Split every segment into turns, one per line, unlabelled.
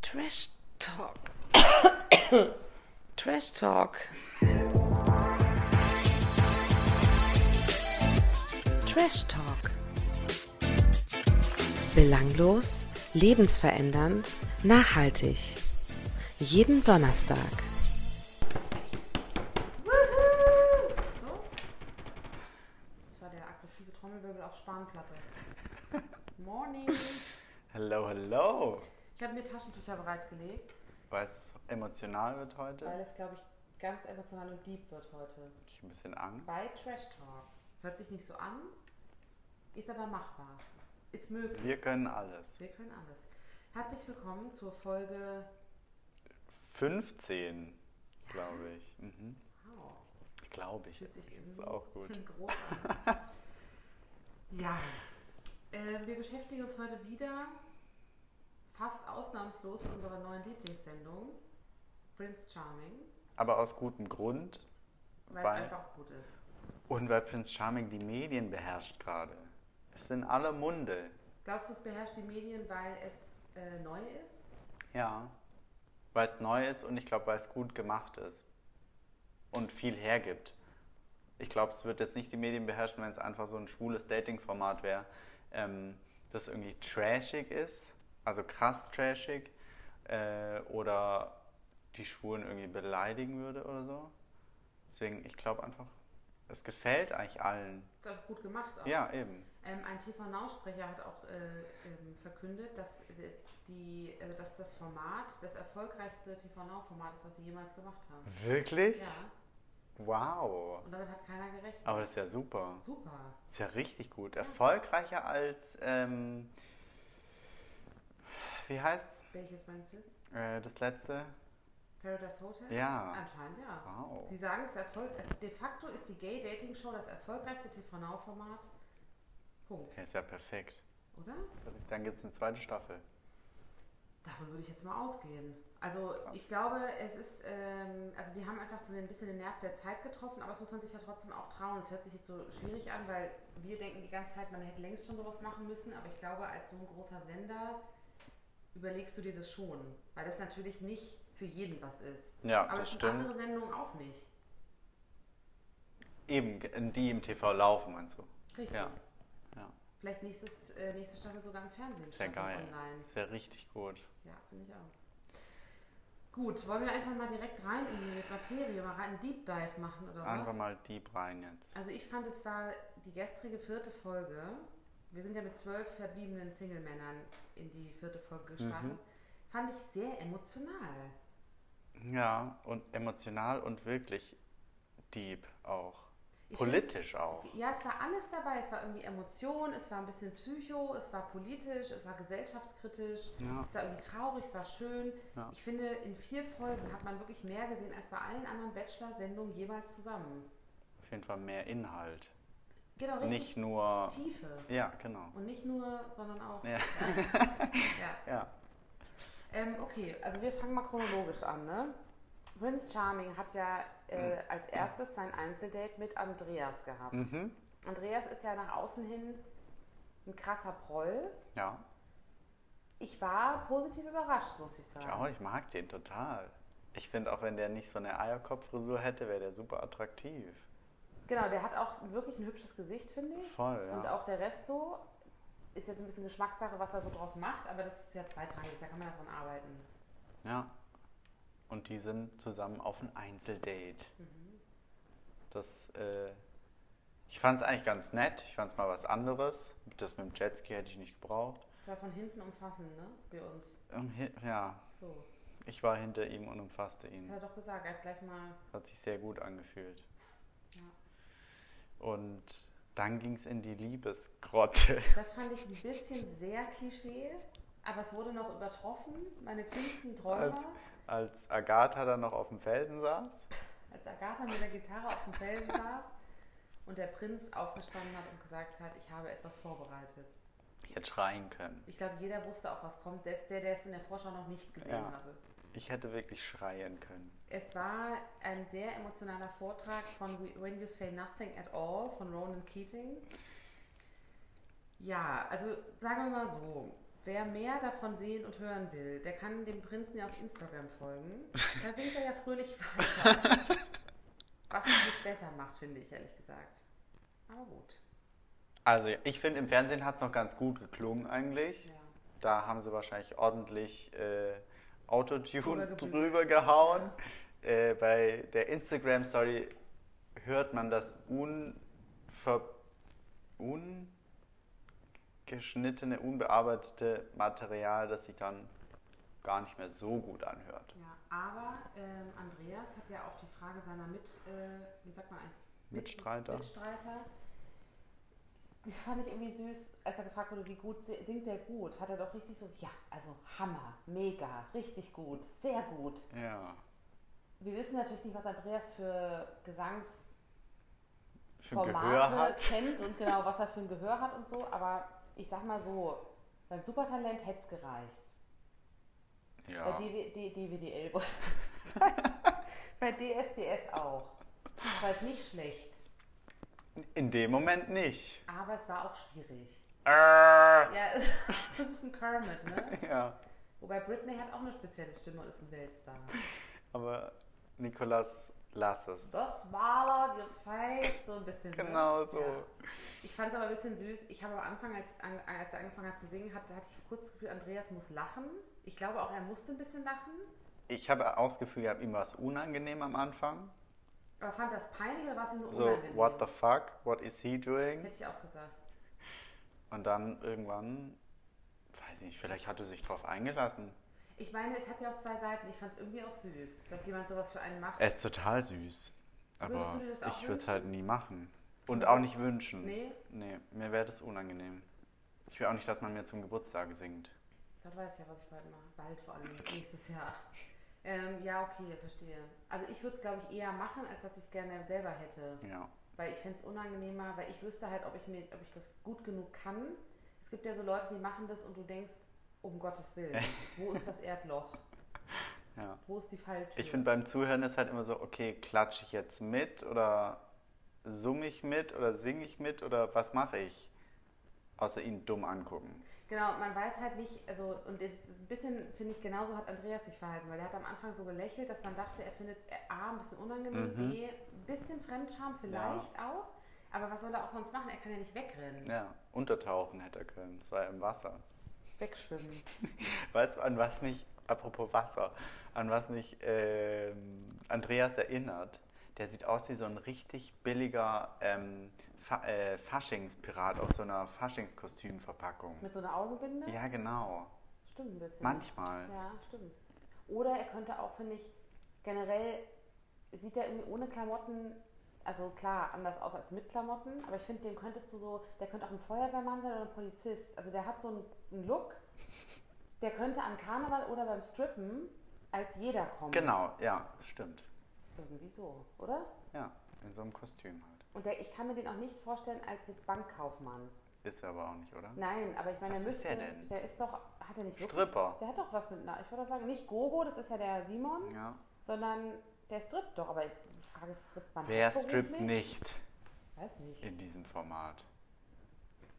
Trash Talk. Trash Talk. Trash Talk. Belanglos, lebensverändernd, nachhaltig. Jeden Donnerstag.
So. Das war der aggressive Trommelwirbel auf Spanplatte. Morning.
Hallo, hallo.
Ich habe mir Taschentücher bereitgelegt,
Weil es emotional wird heute.
weil es, glaube ich, ganz emotional und deep wird heute.
Hab ich ein bisschen Angst.
Bei Trash Talk. Hört sich nicht so an, ist aber machbar. Ist möglich.
Wir können alles.
Wir können alles. Herzlich willkommen zur Folge.
15, glaube ich. Mhm.
Wow.
Glaube ich.
Fühlt sich
Ist
irgendwie
auch gut.
Großartig. ja, äh, wir beschäftigen uns heute wieder fast ausnahmslos mit unserer neuen Lieblingssendung Prince Charming,
Aber aus gutem Grund.
weil
Weil-
es einfach gut ist.
Und weil Prinz Charming die Medien beherrscht gerade. Es ist in aller Munde.
Glaubst du, es beherrscht die Medien, weil es äh, neu ist?
Ja. Weil es neu ist und ich glaube, weil es gut gemacht ist. Und viel hergibt. Ich glaube, es wird jetzt nicht die Medien beherrschen, wenn es einfach so ein schwules Dating-Format wäre, ähm, das irgendwie trashig ist, also krass trashig, äh, oder die Schwulen irgendwie beleidigen würde oder so. Deswegen, ich glaube einfach, es gefällt eigentlich allen.
Ist auch gut gemacht. Auch.
Ja, eben.
Ähm, ein TV-Now-Sprecher hat auch äh, ähm, verkündet, dass, äh, die, äh, dass das Format das erfolgreichste TV-Now-Format ist, was sie jemals gemacht haben.
Wirklich?
Ja,
Wow.
und damit hat keiner gerechnet.
Aber das ist ja super.
Super.
Ist ja richtig gut. Erfolgreicher als, ähm, wie heißt's?
Welches meinst du?
Äh, das letzte?
Paradise Hotel?
Ja.
Anscheinend ja.
Wow.
Sie sagen, es erfolg also de facto ist die Gay Dating Show das erfolgreichste TV-Now-Format. Punkt.
Ja, ist ja perfekt.
Oder?
Dann gibt's eine zweite Staffel.
Davon würde ich jetzt mal ausgehen. Also
Krass.
ich glaube, es ist, ähm, also die haben einfach so ein bisschen den Nerv der Zeit getroffen, aber das muss man sich ja trotzdem auch trauen. Es hört sich jetzt so schwierig an, weil wir denken die ganze Zeit, man hätte längst schon sowas machen müssen, aber ich glaube, als so ein großer Sender überlegst du dir das schon, weil das natürlich nicht für jeden was ist.
Ja,
aber
das
das sind
stimmt.
andere Sendungen auch nicht.
Eben, ge- die im TV laufen, meinst du?
Richtig.
Ja. Ja.
Vielleicht nächstes, äh, nächste Staffel sogar im Fernsehen.
Ist ja
statt nur
geil.
Online.
Ist ja richtig gut.
Ja, finde ich auch. Gut, wollen wir einfach mal direkt rein in die Materie, mal rein einen Deep Dive machen oder
Einfach
was?
mal Deep rein jetzt.
Also ich fand, es war die gestrige vierte Folge. Wir sind ja mit zwölf verbliebenen Single-Männern in die vierte Folge gestartet.
Mhm.
Fand ich sehr emotional.
Ja, und emotional und wirklich deep auch.
Ich
Politisch auch.
Ja, es war alles dabei. Es war irgendwie Emotion, es war ein bisschen Psycho, es war politisch, es war gesellschaftskritisch,
Ja.
es war irgendwie traurig, es war schön.
Ja.
Ich finde, in vier Folgen hat man wirklich mehr gesehen als bei allen anderen Bachelor-Sendungen jeweils zusammen.
Auf jeden Fall mehr Inhalt.
Genau, richtig
Nicht nur.
Tiefe.
Ja, genau.
Und nicht nur, sondern auch.
Ja.
Ja.
Ja.
Ähm, okay, also wir fangen mal chronologisch an, ne? Prince Charming hat ja äh, als erstes sein Einzeldate mit Andreas gehabt.
Mhm.
Andreas ist ja nach außen hin ein krasser Proll.
Ja.
Ich war positiv überrascht, muss ich sagen.
Ich auch, ich mag den total. Ich finde, auch wenn der nicht so eine Eierkopffrisur hätte, wäre der super attraktiv.
Genau, der hat auch wirklich ein hübsches Gesicht, finde ich.
Voll,
Mhm. Und
ja.
auch der Rest so ist jetzt ein bisschen Geschmackssache, was er so draus macht, aber das ist ja zweitrangig, da kann man ja dran arbeiten.
ja. Und die sind zusammen auf ein Einzeldate.
Mhm.
Das, äh, ich fand es eigentlich ganz nett. Ich fand es mal was anderes. Das mit dem Jetski hätte ich nicht gebraucht.
Das war von hinten umfassen, ne? Wir uns.
Ähm, hi- Ja,
So.
ich war hinter ihm und umfasste ihn.
Hat er doch gesagt, er hat gleich mal.
Hat sich sehr gut angefühlt.
Ja.
Und dann ging es in die Liebesgrotte.
Das fand ich ein bisschen sehr Klischee, aber es wurde noch übertroffen. Meine kühnsten Träume,
Als- Als Agatha dann noch auf dem Felsen saß.
als Agatha mit der Gitarre auf dem Felsen saß und der Prinz aufgestanden hat und gesagt hat, ich habe etwas vorbereitet.
Ich hätte schreien können.
Ich glaube, jeder wusste auch, was kommt, selbst der, der es in der Vorschau noch nicht gesehen
Ja.
hatte.
Ich hätte wirklich schreien können.
Es war ein sehr emotionaler Vortrag von We- When You Say Nothing at All von Ronan Keating. Ja, also sagen wir mal so, Wer mehr davon sehen und hören will, der kann dem Prinzen ja auf Instagram folgen. Da singt er ja fröhlich weiter. Was es nicht besser macht, finde ich, ehrlich gesagt. Aber gut.
Also ich finde, im Fernsehen hat es noch ganz gut geklungen eigentlich.
Ja.
Da haben sie wahrscheinlich ordentlich äh, Autotune
Drübergebügelt.
drüber gehauen. Äh, bei der Instagram-Story hört man das unver ungeschnittene, unbearbeitete Material, das sich dann gar nicht mehr so gut anhört.
Ja, aber ähm, Andreas hat ja auf die Frage seiner Mit, äh, wie sagt man eigentlich? Mit-
Mitstreiter.
Mitstreiter. Die fand ich irgendwie süß, als er gefragt wurde, wie gut si- singt der gut, hat er doch richtig so, ja, also Hammer, mega, richtig gut, sehr gut.
Ja.
Wir wissen natürlich nicht, was Andreas für Gesangsformate
Für Gehör hat.
kennt und genau, was er für ein Gehör hat und so, aber ich sag mal so, beim Supertalent hätte es gereicht. Bei
Ja.
DW, Äh, D, DWDL wollte Bei DSDS auch. Das war jetzt nicht schlecht,
In dem Moment nicht.
aber es war auch schwierig.
Äh,
Ja, das ist ein bisschen Kermit, ne?
ja.
Wobei Britney hat auch eine spezielle Stimme und ist ein Weltstar.
Aber Nikolas, lass es.
Doch smaller, gefeilt, so ein bisschen.
Genau
ne?
so.
Ja. Ich fand es aber ein bisschen süß. Ich habe am Anfang, als, an- als er angefangen hat zu singen, hatte, hatte ich kurz das Gefühl, Andreas muss lachen. Ich glaube auch, er musste ein bisschen lachen.
Ich habe auch das Gefühl gehabt, ihm war es unangenehm am Anfang.
Aber fand das peinlich oder war es ihm nur
So,
unangenehm?
what the fuck? What is he doing?
Hätte ich auch gesagt.
Und dann irgendwann, weiß nicht, vielleicht hat er sich drauf eingelassen.
Ich meine, es hat ja auch zwei Seiten. Ich fand es irgendwie auch süß, dass jemand sowas für einen macht.
Er ist total süß.
Würdest du
Aber
dir das auch
ich würde es
wünschen?
halt nie machen. Und auch nicht wünschen.
Nee?
Nee, mir wäre das unangenehm. Ich will auch nicht, dass man mir zum Geburtstag singt.
Das weiß ich ja, was ich bald mache. Bald vor allem, nächstes Jahr. Ähm, ja, okay, verstehe. Also ich würde es, glaube ich, eher machen, als dass ich es gerne selber hätte.
Ja.
Weil ich finde es unangenehmer, weil ich wüsste halt, ob ich, mir, ob ich das gut genug kann. Es gibt ja so Leute, die machen das und du denkst, um Gottes Willen, wo ist das Erdloch?
Ja.
Wo ist die Falltür?
Ich finde beim Zuhören ist halt immer so, okay, klatsche ich jetzt mit oder summe ich mit oder singe ich mit oder was mache ich? Außer ihn dumm angucken.
Genau, man weiß halt nicht, also und jetzt ein bisschen finde ich genauso hat Andreas sich verhalten, weil er hat am Anfang so gelächelt, dass man dachte, er findet es äh, A ein bisschen unangenehm,
Mhm.
B ein bisschen Fremdscham vielleicht auch, aber was soll er auch sonst machen? Er kann ja nicht wegrennen,
Ja, untertauchen hätte er können. Es war ja im Wasser.
wegschwimmen.
Weißt du, an was mich, apropos Wasser, an was mich ähm, Andreas erinnert? Der sieht aus wie so ein richtig billiger ähm, Fa äh, Faschingspirat aus so einer Faschingskostümverpackung.
Mit so einer Augenbinde?
Ja, genau.
Stimmt ein bisschen.
Manchmal.
Ja, stimmt. Oder er könnte auch, finde ich, generell sieht er irgendwie ohne Klamotten, also klar, anders aus als mit Klamotten, aber ich finde, dem könntest du so, der könnte auch ein Feuerwehrmann sein oder ein Polizist. Also der hat so einen, einen Look, der könnte an Karneval oder beim Strippen als jeder kommen.
Genau, ja, stimmt.
Irgendwie so, oder?
Ja, in so einem Kostüm halt.
Und der, ich kann mir den auch nicht vorstellen als jetzt Bankkaufmann.
Ist er aber auch nicht, oder?
Nein, aber ich meine,
Mhm. Was
der müsste,
ist der denn?
der ist doch, hat er nicht wirklich,
Stripper.
der hat doch was mit, einer- ich würde sagen, nicht Gogo, das ist ja der Simon.
Ja.
sondern der strippt doch. Aber die Frage ist, strippt man
Wer
hauptberuflich?
strippt nicht
Weiß nicht.
in diesem Format?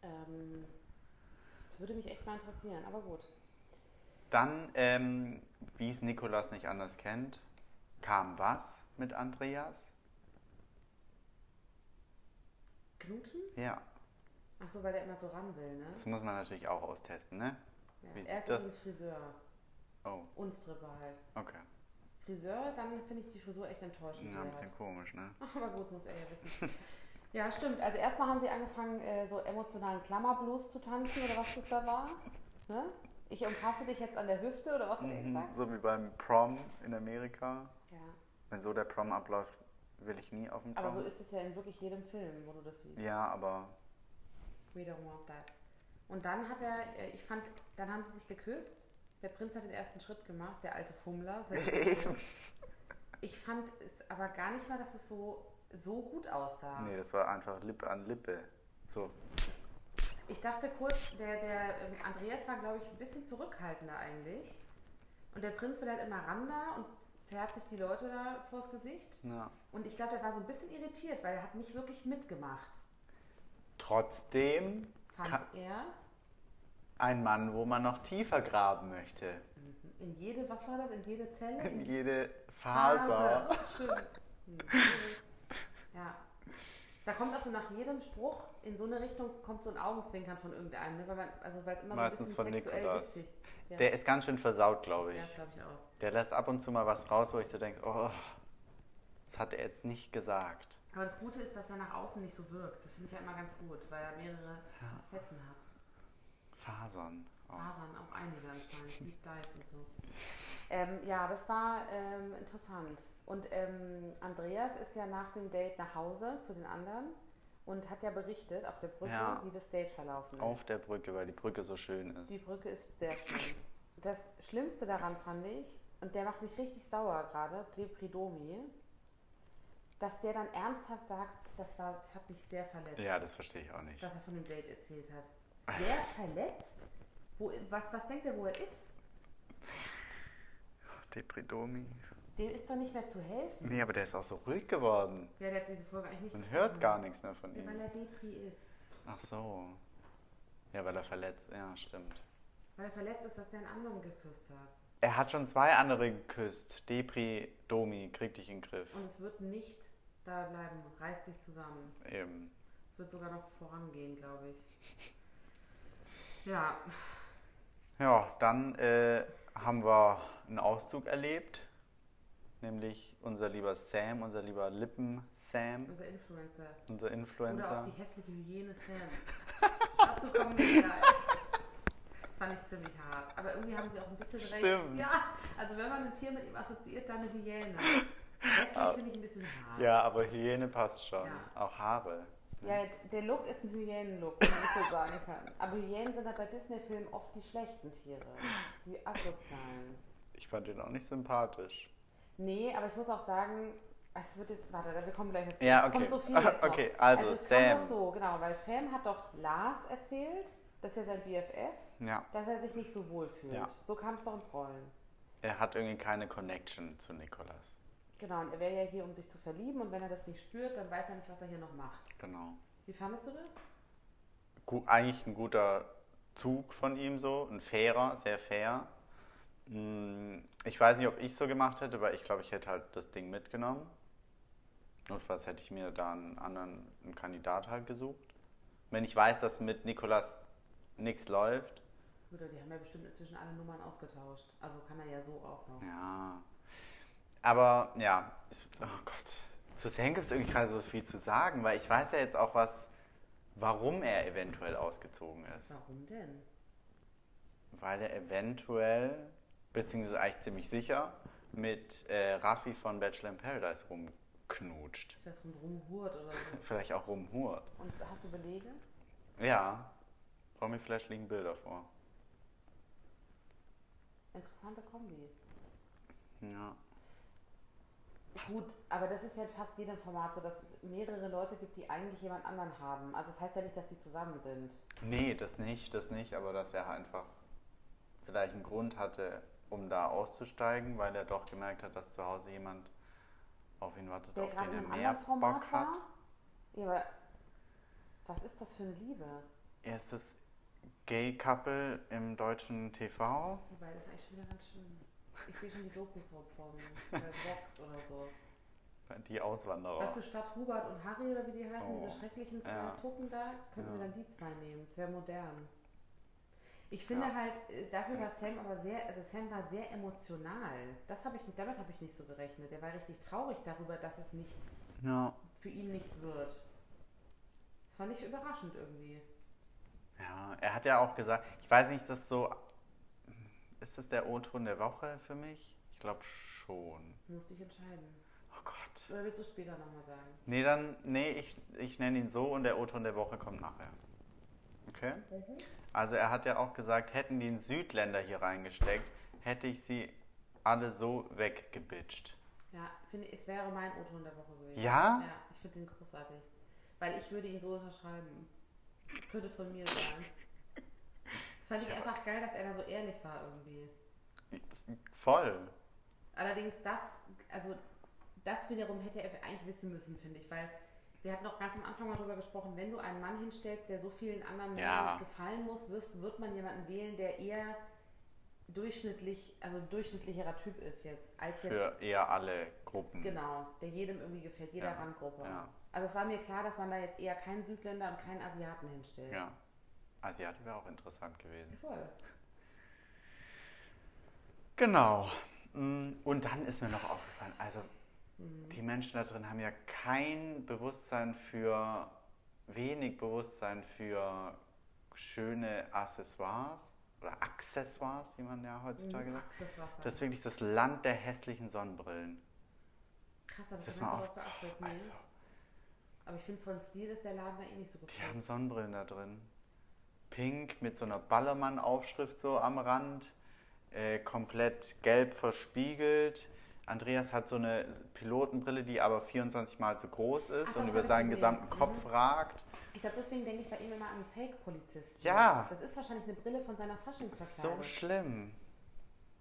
Ähm, das würde mich echt mal interessieren, aber gut.
Dann, ähm, wie es Nikolas nicht anders kennt, kam was mit Andreas?
Knutschen?
Ja,
Achso, weil der immer so ran will, ne?
das muss man natürlich auch austesten, ne?
Ja.
Wie sieht
Er ist
das-
übrigens Friseur
Oh,
und Stripper halt.
okay.
Friseur, dann finde ich die Frisur echt enttäuschend. die
Ja,
er
ein
hat.
bisschen komisch, ne?
Aber gut, muss er ja wissen. Ja, stimmt. Also erstmal haben sie angefangen, äh, so emotionalen Klammerblues zu tanzen oder was das da war. Ne? Ich umfasse dich jetzt an der Hüfte oder was hat er
Mhm,
gesagt?
so wie beim Prom in Amerika.
Ja.
Wenn so der Prom abläuft, will ich nie auf dem Prom.
Aber so ist es ja in wirklich jedem Film, wo du das siehst.
ja, aber
We don't want that. Und dann hat er, äh, ich fand, dann haben sie sich geküsst. Der Prinz hat den ersten Schritt gemacht, der alte Fummler.
Eben.
Ich fand es aber gar nicht mal, dass es so, so gut aussah.
nee, das war einfach Lippe an Lippe. So,
Ich dachte kurz, der, der ähm, Andreas war, glaube ich, ein bisschen zurückhaltender eigentlich. Und der Prinz will halt immer ran da und zerrt sich die Leute da vors Gesicht.
ja.
Und ich glaube, der war so ein bisschen irritiert, weil er hat nicht wirklich mitgemacht,
Trotzdem
fand
Ka-
er.
ein Mann, wo man noch tiefer graben möchte.
In jede, was war das? In jede Zelle?
In jede Faser.
Ah, Stimmt. Hm. Ja. Da kommt auch so nach jedem Spruch in so eine Richtung kommt so ein Augenzwinkern von irgendeinem, ne? weil man, also weil es immer
Meistens
so
von
ein bisschen sexuell
Nikolas.
witzig. Ja,
Der ist ganz schön versaut, glaube ich.
ja das glaube ich auch.
Der lässt ab und zu mal was raus, wo ich so denke, oh, das hat er jetzt nicht gesagt.
Aber das Gute ist, dass er nach außen nicht so wirkt. Das finde ich ja immer ganz gut, weil er mehrere Facetten hat.
Fasern. Oh.
Fasern, auch einige anscheinend, Deep Dive und so. Ähm, ja, das war ähm, interessant. Und ähm, Andreas ist ja nach dem Date nach Hause zu den anderen und hat ja berichtet auf der Brücke,
Ja.
wie das Date verlaufen ist.
Auf der Brücke, weil die Brücke so schön
Die
ist.
Brücke ist sehr schön. Das Schlimmste daran fand ich, und der macht mich richtig sauer gerade, Depridomi, dass der dann ernsthaft sagt, das, war, das hat mich sehr verletzt,
Ja, das verstehe ich auch nicht.
dass er von dem Date erzählt hat. Sehr verletzt? Wo, was, was denkt er, wo er ist?
Depridomi.
Dem ist doch nicht mehr zu helfen.
Nee, aber der ist auch so ruhig geworden.
Ja, der hat diese Folge eigentlich nicht
Man
verstanden.
hört gar nichts mehr von
Ja, weil
ihm.
er Depri ist.
Ach so. Ja, weil er verletzt. Ja, stimmt.
Weil er verletzt ist, dass der einen anderen geküsst hat.
Er hat schon zwei andere geküsst. Depri, Domi, krieg dich in den Griff.
Und es wird nicht da bleiben. Reiß dich zusammen.
Eben.
Es wird sogar noch vorangehen, glaube ich. Ja,
Ja, dann äh, haben wir einen Auszug erlebt. Nämlich unser lieber Sam, unser lieber Lippen-Sam,
unser Influencer.
unser
Oder auch
Influencer.
die hässliche Hygiene Sam. Dazu kommen wir gleich. Das fand ich ziemlich hart. Aber irgendwie haben sie auch ein bisschen recht.
Stimmt.
Ja, also wenn man ein Tier mit ihm assoziiert, dann eine Hyäne. Hässlich finde ich ein bisschen hart.
Ah. Ja, aber Hyäne passt schon.
Ja.
Auch Haare.
Ja, der Look ist ein Hyänenlook, wenn man das so sagen kann. Aber Hyänen sind halt bei Disney-Filmen oft die schlechten Tiere. Die asozialen.
Ich fand ihn auch nicht sympathisch.
Nee, aber ich muss auch sagen, es wird jetzt, warte, wir kommen gleich dazu.
Ja,
Es
okay.
kommt so viel jetzt noch.
Okay, also
es kam
Sam.
doch so, genau, weil Sam hat doch Lars erzählt, dass er sein BFF,
Ja.
dass er sich nicht so wohl fühlt.
Ja.
So kam es doch ins Rollen.
Er hat irgendwie keine Connection zu Nikolas.
Genau, und er wäre ja hier, um sich zu verlieben und wenn er das nicht spürt, dann weiß er nicht, was er hier noch macht.
Genau.
Wie fandest du das?
Gu eigentlich ein guter Zug von ihm so, ein fairer, sehr fair. Mm, Ich weiß nicht, ob ich so gemacht hätte, weil ich glaube, ich hätte halt das Ding mitgenommen. Notfalls hätte ich mir da einen anderen einen Kandidat halt gesucht. Wenn ich weiß, dass mit Nikolas nichts läuft,
Gut, aber die haben ja bestimmt inzwischen alle Nummern ausgetauscht. Also kann er ja so auch noch.
Ja. Aber ja, ich, oh Gott. Zu Sam gibt es irgendwie gerade so viel zu sagen, weil ich weiß ja jetzt auch was, warum er eventuell ausgezogen ist.
Warum denn?
Weil er eventuell, beziehungsweise eigentlich ziemlich sicher, mit äh, Raffi von Bachelor in Paradise rumknutscht.
Vielleicht rum rumhurt oder so.
Vielleicht auch rumhurt.
Und hast du Belege?
Ja. Brauch mir vielleicht liegen Bilder vor.
Interessante Kombi.
Ja.
Gut, aber das ist ja in fast jedem Format so, dass es mehrere Leute gibt, die eigentlich jemand anderen haben. Also das heißt ja nicht, dass die zusammen sind.
Nee, das nicht, das nicht, aber dass er einfach vielleicht einen Grund hatte, um da auszusteigen, weil er doch gemerkt hat, dass zu Hause jemand auf ihn wartet,
Der
auf
gerade
den
in
er
einem
mehr
anderen Format
Bock
war.
hat.
Ja, aber was ist das für eine Liebe?
Er ist das Gay-Couple im deutschen TV.
Wobei, das ist eigentlich schon wieder ganz schön. Ich sehe schon die Doku-Soap vor mir. Oder Vox oder so.
Die Auswanderer.
Weißt du, statt Hubert und Harry oder wie die heißen,
Oh.
diese schrecklichen zwei
Ja.
Truppen da, könnten wir
Ja.
dann die zwei nehmen. Das wäre modern. Ich finde
Ja.
halt, äh, dafür war Sam aber sehr, also Sam war sehr emotional. Das habe ich, damit habe ich nicht so gerechnet. Er war richtig traurig darüber, dass es nicht
Ja.
für ihn nichts wird. Das fand ich überraschend irgendwie.
ja, er hat ja auch gesagt, ich weiß nicht, das so. Ist das der O-Ton der Woche für mich? Ich glaube schon.
Musste ich entscheiden.
Oh Gott.
Oder willst du später nochmal sagen?
Nee, dann, nee, ich, ich nenne ihn so und der O-Ton der Woche kommt nachher. Okay? Also er hat ja auch gesagt, hätten die einen Südländer hier reingesteckt, hätte ich sie alle so weggebitcht.
Ja, finde, es wäre mein O-Ton der Woche gewesen.
Ja?
Ja, ich finde den großartig. Weil ich würde ihn so unterschreiben. Könnte von mir sein. Fand ich einfach geil, dass er da so ehrlich war irgendwie.
Voll.
Allerdings das, also das wiederum hätte er eigentlich wissen müssen, finde ich, weil Wir hatten auch ganz am Anfang mal drüber gesprochen, wenn du einen Mann hinstellst, der so vielen anderen
Ja.
Männern gefallen muss, wirst, wird man jemanden wählen, der eher durchschnittlich, also durchschnittlicherer Typ ist jetzt, als jetzt
Für eher alle Gruppen.
Genau, der jedem irgendwie gefällt, jeder
Ja,
Randgruppe.
ja.
Also es war mir klar, dass man da jetzt eher keinen Südländer und keinen Asiaten hinstellt.
Ja. Asiate wäre auch interessant gewesen.
Voll.
Genau. Mm, Und dann ist mir noch aufgefallen, also die Menschen da drin haben ja kein Bewusstsein für, wenig Bewusstsein für schöne Accessoires oder Accessoires, wie man ja
Mhm.
heutzutage sagt.
Praxiswasser.
genau. Das ist wirklich das Land der hässlichen Sonnenbrillen.
Krass, aber ich hast
Das ist
du
mal auch.
darauf geachtet, nee.
Also,
Aber ich finde, von Stil ist der Laden da eh nicht so
die haben
geprägt.
Sonnenbrillen da drin. Pink mit so einer Ballermann-Aufschrift so am Rand. Äh, komplett gelb verspiegelt. Andreas hat so eine Pilotenbrille, die aber 24 Mal zu groß ist
Ach,
und
das
über
hab ich
seinen
gesehen. Mhm.
gesamten Kopf ragt.
Ich glaube, deswegen denke ich bei ihm immer an einen Fake-Polizisten.
Ja.
Das ist wahrscheinlich eine Brille von seiner Faschingsverkleidung.
So schlimm.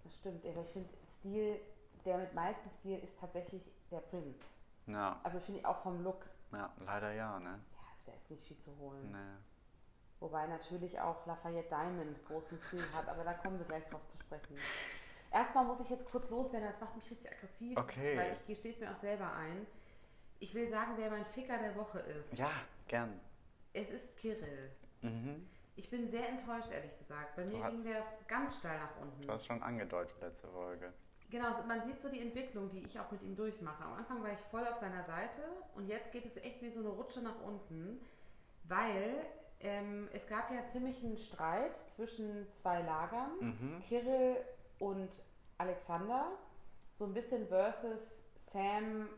das stimmt, aber ich finde, Stil, der mit meisten Stil ist tatsächlich der Prinz.
Ja,
Also finde ich auch vom Look,
ja leider ja, ne?
ja, also der ist nicht viel zu holen.
ne.
Wobei natürlich auch Lafayette Diamond großen Stil hat, aber da kommen wir gleich drauf zu sprechen. Erstmal muss ich jetzt kurz loswerden, das macht mich richtig aggressiv,
Okay.
weil ich gestehe es mir auch selber ein. Ich will sagen, wer mein Ficker der Woche ist.
Ja, gern.
Es ist Kirill.
Mhm.
Ich bin sehr enttäuscht, ehrlich gesagt. Bei mir
hast-
ging der ganz steil nach unten.
Du hast schon angedeutet letzte Folge.
Genau, so- man sieht so die Entwicklung, die ich auch mit ihm durchmache. Am Anfang war ich voll auf seiner Seite und jetzt geht es echt wie so eine Rutsche nach unten, weil ähm, es gab ja ziemlich einen Streit zwischen zwei Lagern, Mhm. Kirill und Alexander, so ein bisschen versus Sam,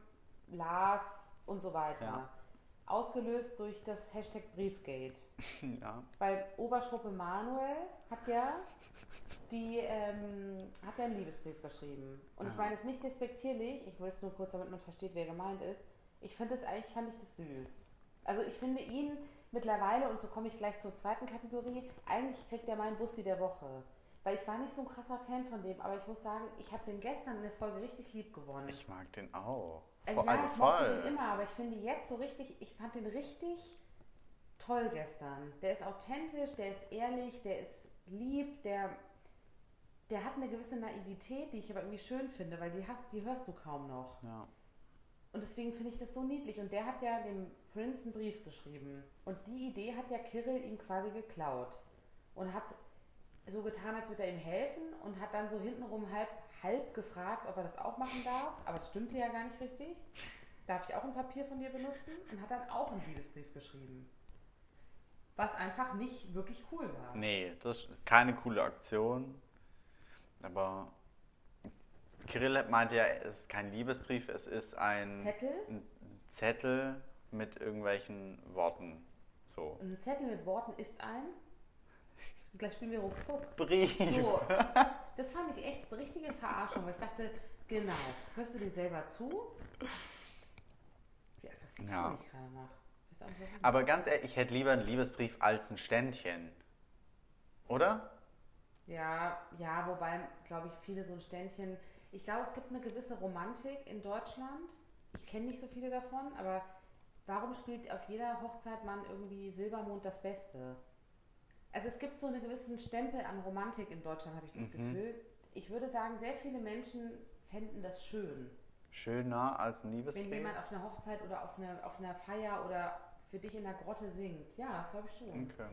Lars und so weiter.
Ja.
Ausgelöst durch das Hashtag Briefgate.
ja.
Weil Oberschruppe Manuel hat ja die ähm, hat ja einen Liebesbrief geschrieben. Und ich
Ah.
meine es nicht despektierlich, ich will es nur kurz, damit man versteht, wer gemeint ist. Ich finde es eigentlich, fand ich das süß. Also ich finde ihn mittlerweile, und so komme ich gleich zur zweiten Kategorie, eigentlich kriegt er meinen Bussi der Woche. Weil ich war nicht so ein krasser Fan von dem, aber ich muss sagen, ich habe den gestern in der Folge richtig lieb gewonnen.
Ich mag den auch.
Äh,
Vor-
ja,
also
ich mochte den
voll.
immer, aber ich finde jetzt so richtig, ich fand den richtig toll gestern. Der ist authentisch, der ist ehrlich, der ist lieb, der, der hat eine gewisse Naivität, die ich aber irgendwie schön finde, weil die, hast, die hörst du kaum noch.
Ja.
Und deswegen finde ich das so niedlich. Und der hat ja dem Prince einen Brief geschrieben. Und die Idee hat ja Kirill ihm quasi geklaut. Und hat so getan, als würde er ihm helfen und hat dann so hintenrum halb, halb gefragt, ob er das auch machen darf. Aber das stimmte ja gar nicht richtig. Darf ich auch ein Papier von dir benutzen? Und hat dann auch einen Liebesbrief geschrieben. Was einfach nicht wirklich cool war.
Nee, das ist keine coole Aktion. Aber Kirill meinte ja, es ist kein Liebesbrief, es ist ein
Zettel?
ein Zettel mit irgendwelchen Worten. So.
Ein Zettel mit Worten ist ein. Gleich spielen wir ruckzuck.
Brief.
So, das fand ich echt richtige Verarschung. weil Ich dachte, genau, hörst du dir selber zu? Wie aggressiv
Ja.
ich mich gerade mache. Weiß auch nicht, warum.
Aber ganz ehrlich, ich hätte lieber einen Liebesbrief als ein Ständchen. Oder?
Ja, ja, wobei, glaube ich, viele so ein Ständchen. Ich glaube, es gibt eine gewisse Romantik in Deutschland. Ich kenne nicht so viele davon, aber warum spielt auf jeder Hochzeit man irgendwie Silbermond das Beste? Also es gibt so einen gewissen Stempel an Romantik in Deutschland, habe ich das Gefühl. Ich würde sagen, sehr viele Menschen fänden das schön.
Schöner als ein Liebesbrief.
Wenn jemand auf einer Hochzeit oder auf einer, auf einer Feier oder für dich in der Grotte singt. Ja, das glaube ich schon.
Okay.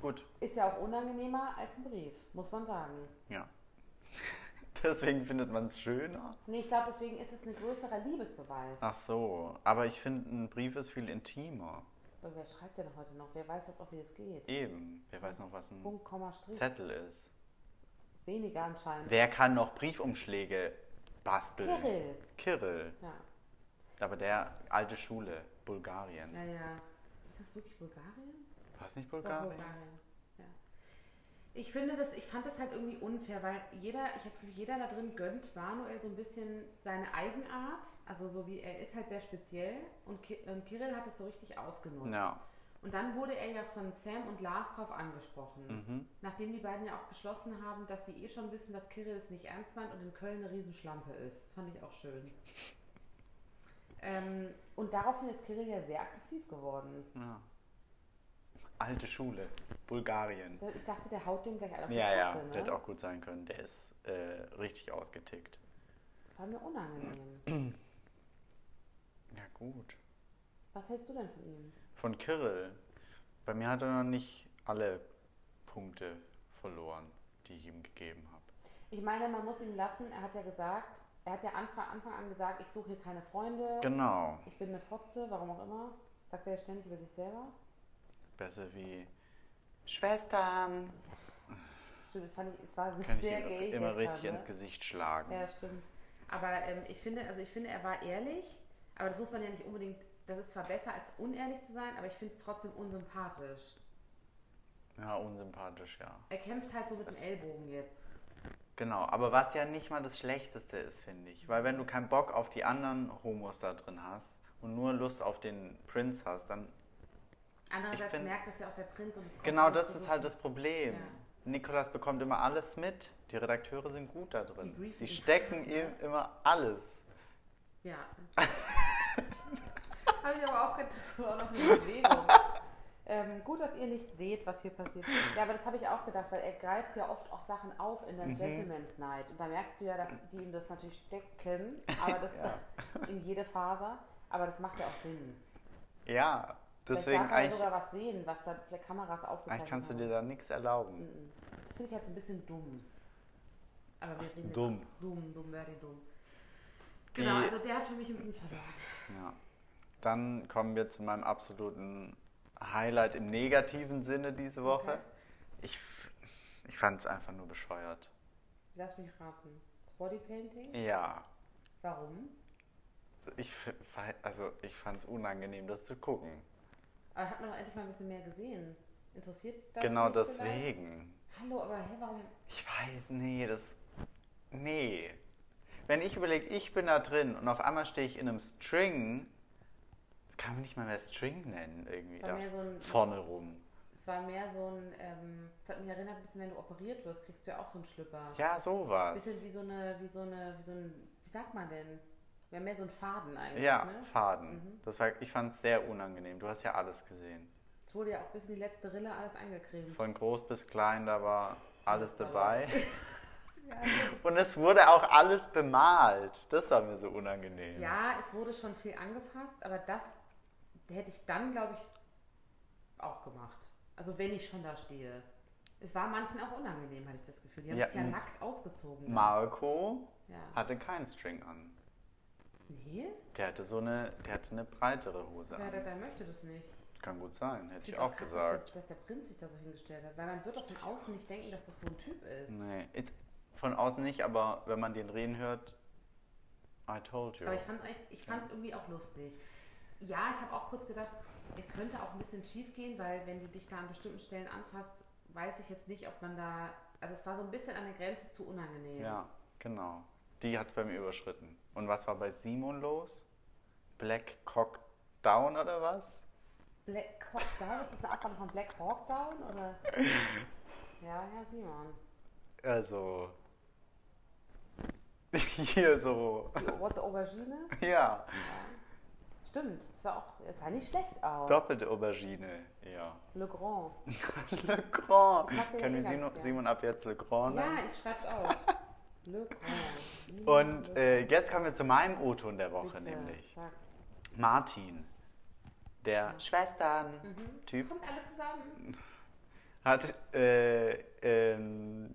Gut,
Ist ja auch unangenehmer als ein Brief, muss man sagen.
ja. Deswegen findet man es schöner.
Nee, ich glaube, deswegen ist es ein größerer Liebesbeweis.
Ach so, aber ich finde, ein Brief ist viel intimer.
Aber wer schreibt denn heute noch? Wer weiß überhaupt, noch, wie es geht?
Eben, wer weiß noch, was ein
Punkt, Komma, Strich.
Zettel ist.
Weniger anscheinend.
Wer kann noch Briefumschläge basteln?
Kirill.
Kirill.
Ja,
Aber der alte Schule, Bulgarien.
naja. Ist das wirklich Bulgarien?
War es nicht
Doch,
Bulgarien?
Ja. Ich finde das, ich fand das halt irgendwie unfair, weil jeder, ich habe das Gefühl, jeder da drin gönnt Manuel so ein bisschen seine Eigenart, also so wie er ist halt sehr speziell und Ki ähm, Kirill hat es so richtig ausgenutzt.
Ja.
Und dann wurde er ja von Sam und Lars drauf angesprochen,
Mhm.
nachdem die beiden ja auch beschlossen haben, dass sie eh schon wissen, dass Kirill es nicht ernst meint und in Köln eine Riesenschlampe ist. Fand ich auch schön. Ähm, und daraufhin ist Kirill ja sehr aggressiv geworden.
Ja. Alte Schule, Bulgarien.
Ich dachte, der haut dem gleich alle auf die
Ja, ja,
Fresse, ne?
der hätte auch gut sein können. Der ist äh, richtig ausgetickt.
War mir unangenehm.
Ja, gut.
Was hältst du denn von ihm?
Von Kirill. Bei mir hat er noch nicht alle Punkte verloren, die ich ihm gegeben habe.
Ich meine, man muss ihn lassen. Er hat ja gesagt, er hat ja Anfang, Anfang an gesagt, ich suche hier keine Freunde.
Genau.
Ich bin eine Fotze, warum auch immer. Sagt er ja ständig über sich selber.
Besser wie Schwestern.
Das stimmt, das fand ich, es war
Kann ich
sehr
ihm
gay.
immer
gestern,
richtig
ne?
ins Gesicht schlagen.
Ja, stimmt. Aber ähm, ich finde, also ich finde, er war ehrlich, aber das muss man ja nicht unbedingt. Das ist zwar besser als unehrlich zu sein, aber ich finde es trotzdem unsympathisch.
Ja, unsympathisch, ja.
Er kämpft halt so mit dem Ellbogen jetzt.
Genau, aber was ja nicht mal das Schlechteste ist, finde ich. Weil wenn du keinen Bock auf die anderen Homos da drin hast und nur Lust auf den Prinz hast, dann...
Andererseits
find-
merkt das ja auch der Prinz und es kommt
Genau
alles
das
so
ist
gut.
halt das Problem.
Ja.
Nikolas bekommt immer alles mit. Die Redakteure sind gut da
Die
drin.
briefen
Die
ihn.
stecken ihm immer alles.
Ja. Habe ich aber auch gedacht, auch noch eine Bewegung. Ähm, gut, dass ihr nicht seht, was hier passiert. Ja, aber das habe ich auch gedacht, weil er greift ja oft auch Sachen auf in der
Mhm.
Gentleman's Night. Und da merkst du ja, dass die ihm das natürlich stecken, aber das in jede Faser. Aber das macht ja auch Sinn.
Ja,
Vielleicht
deswegen
darf er ja
eigentlich,
sogar was sehen, was da vielleicht Kameras aufgezeichnet
eigentlich kannst du
haben.
dir da nichts erlauben.
Das finde ich jetzt ein bisschen dumm. Aber wir reden jetzt-
Dumm.
Dumm, dumm, very dumm.
Die-
Genau, also der hat für mich ein bisschen verloren.
Ja. Dann kommen wir zu meinem absoluten Highlight im negativen Sinne diese Woche.
Okay.
Ich, f- ich fand es einfach nur bescheuert.
Lass mich raten. Bodypainting?
Ja,
Warum?
ich, f- fe- also ich fand es unangenehm, das zu gucken.
Aber hat man doch endlich mal ein bisschen mehr gesehen. Interessiert das
genau
nicht vielleicht?
deswegen.
Hallo, aber hä, warum?
Ich weiß, nee, das. Nee. Wenn ich überlege, ich bin da drin und auf einmal stehe ich in einem String, das kann man nicht mal mehr String nennen, irgendwie
Das war
da
mehr so ein-
vorne rum.
Es war mehr so ein, ähm, es hat mich erinnert, ein bisschen, wenn du operiert wirst, kriegst du ja auch so einen Schlüpper.
Ja,
Ein
sowas.
bisschen wie so eine, wie so eine, wie so ein, wie sagt man denn? Ja, mehr so ein Faden eigentlich.
Ja,
ne?
Faden. Das war, ich fand es sehr unangenehm. Du hast ja alles gesehen.
Es wurde ja auch bis in die letzte Rille alles eingecremt.
Von groß bis klein, da war alles dabei.
Dabei.
Und es wurde auch alles bemalt. Das war mir so unangenehm.
Ja, es wurde schon viel angefasst, aber das hätte ich dann, glaube ich, auch gemacht. Also wenn ich schon da stehe. Es war manchen auch unangenehm, hatte ich das Gefühl. Die haben
Ja,
sich ja
m-
nackt ausgezogen.
Marco
Ja.
hatte keinen String an.
Nee?
Der hatte so eine, der hatte eine breitere Hose
Wer
an.
da sein möchte das nicht.
Kann gut sein, hätte ich
find's
auch
krass,
gesagt.
Dass der, dass der Prinz sich da so hingestellt hat. Weil man wird doch von außen nicht denken, dass das so ein Typ ist.
Nee, it- von außen nicht, aber wenn man den reden hört, I told you.
Aber ich fand es ich fand's irgendwie auch lustig. Ja, ich habe auch kurz gedacht, es könnte auch ein bisschen schief gehen, weil wenn du dich da an bestimmten Stellen anfasst, weiß ich jetzt nicht, ob man da. Also es war so ein bisschen an der Grenze zu unangenehm.
Ja, genau. Die hat es bei mir überschritten. Und was war bei Simon los? Black Cock Down oder was?
Black Hawk Down, ist das eine Abwandlung von Black Hawk Down? Oder? ja, Herr Simon.
Also. Hier so.
Die rote Aubergine?
Ja.
Stimmt, das sah auch. Das sah nicht schlecht aus.
Doppelte Aubergine. Ja.
Le Grand.
Le Grand.
Ich mag den eh
Können wir
ganz
Simon,
gern.
Simon ab jetzt Le Grand nennen?
Ja, ich schreib's auf. Le Grand. Simon
Und
Le
äh, jetzt kommen wir zu meinem O-Ton der Woche,
Bitte,
nämlich
sag.
Martin, der Schwestern-Typ,
Kommt alle zusammen.
hat äh, ähm,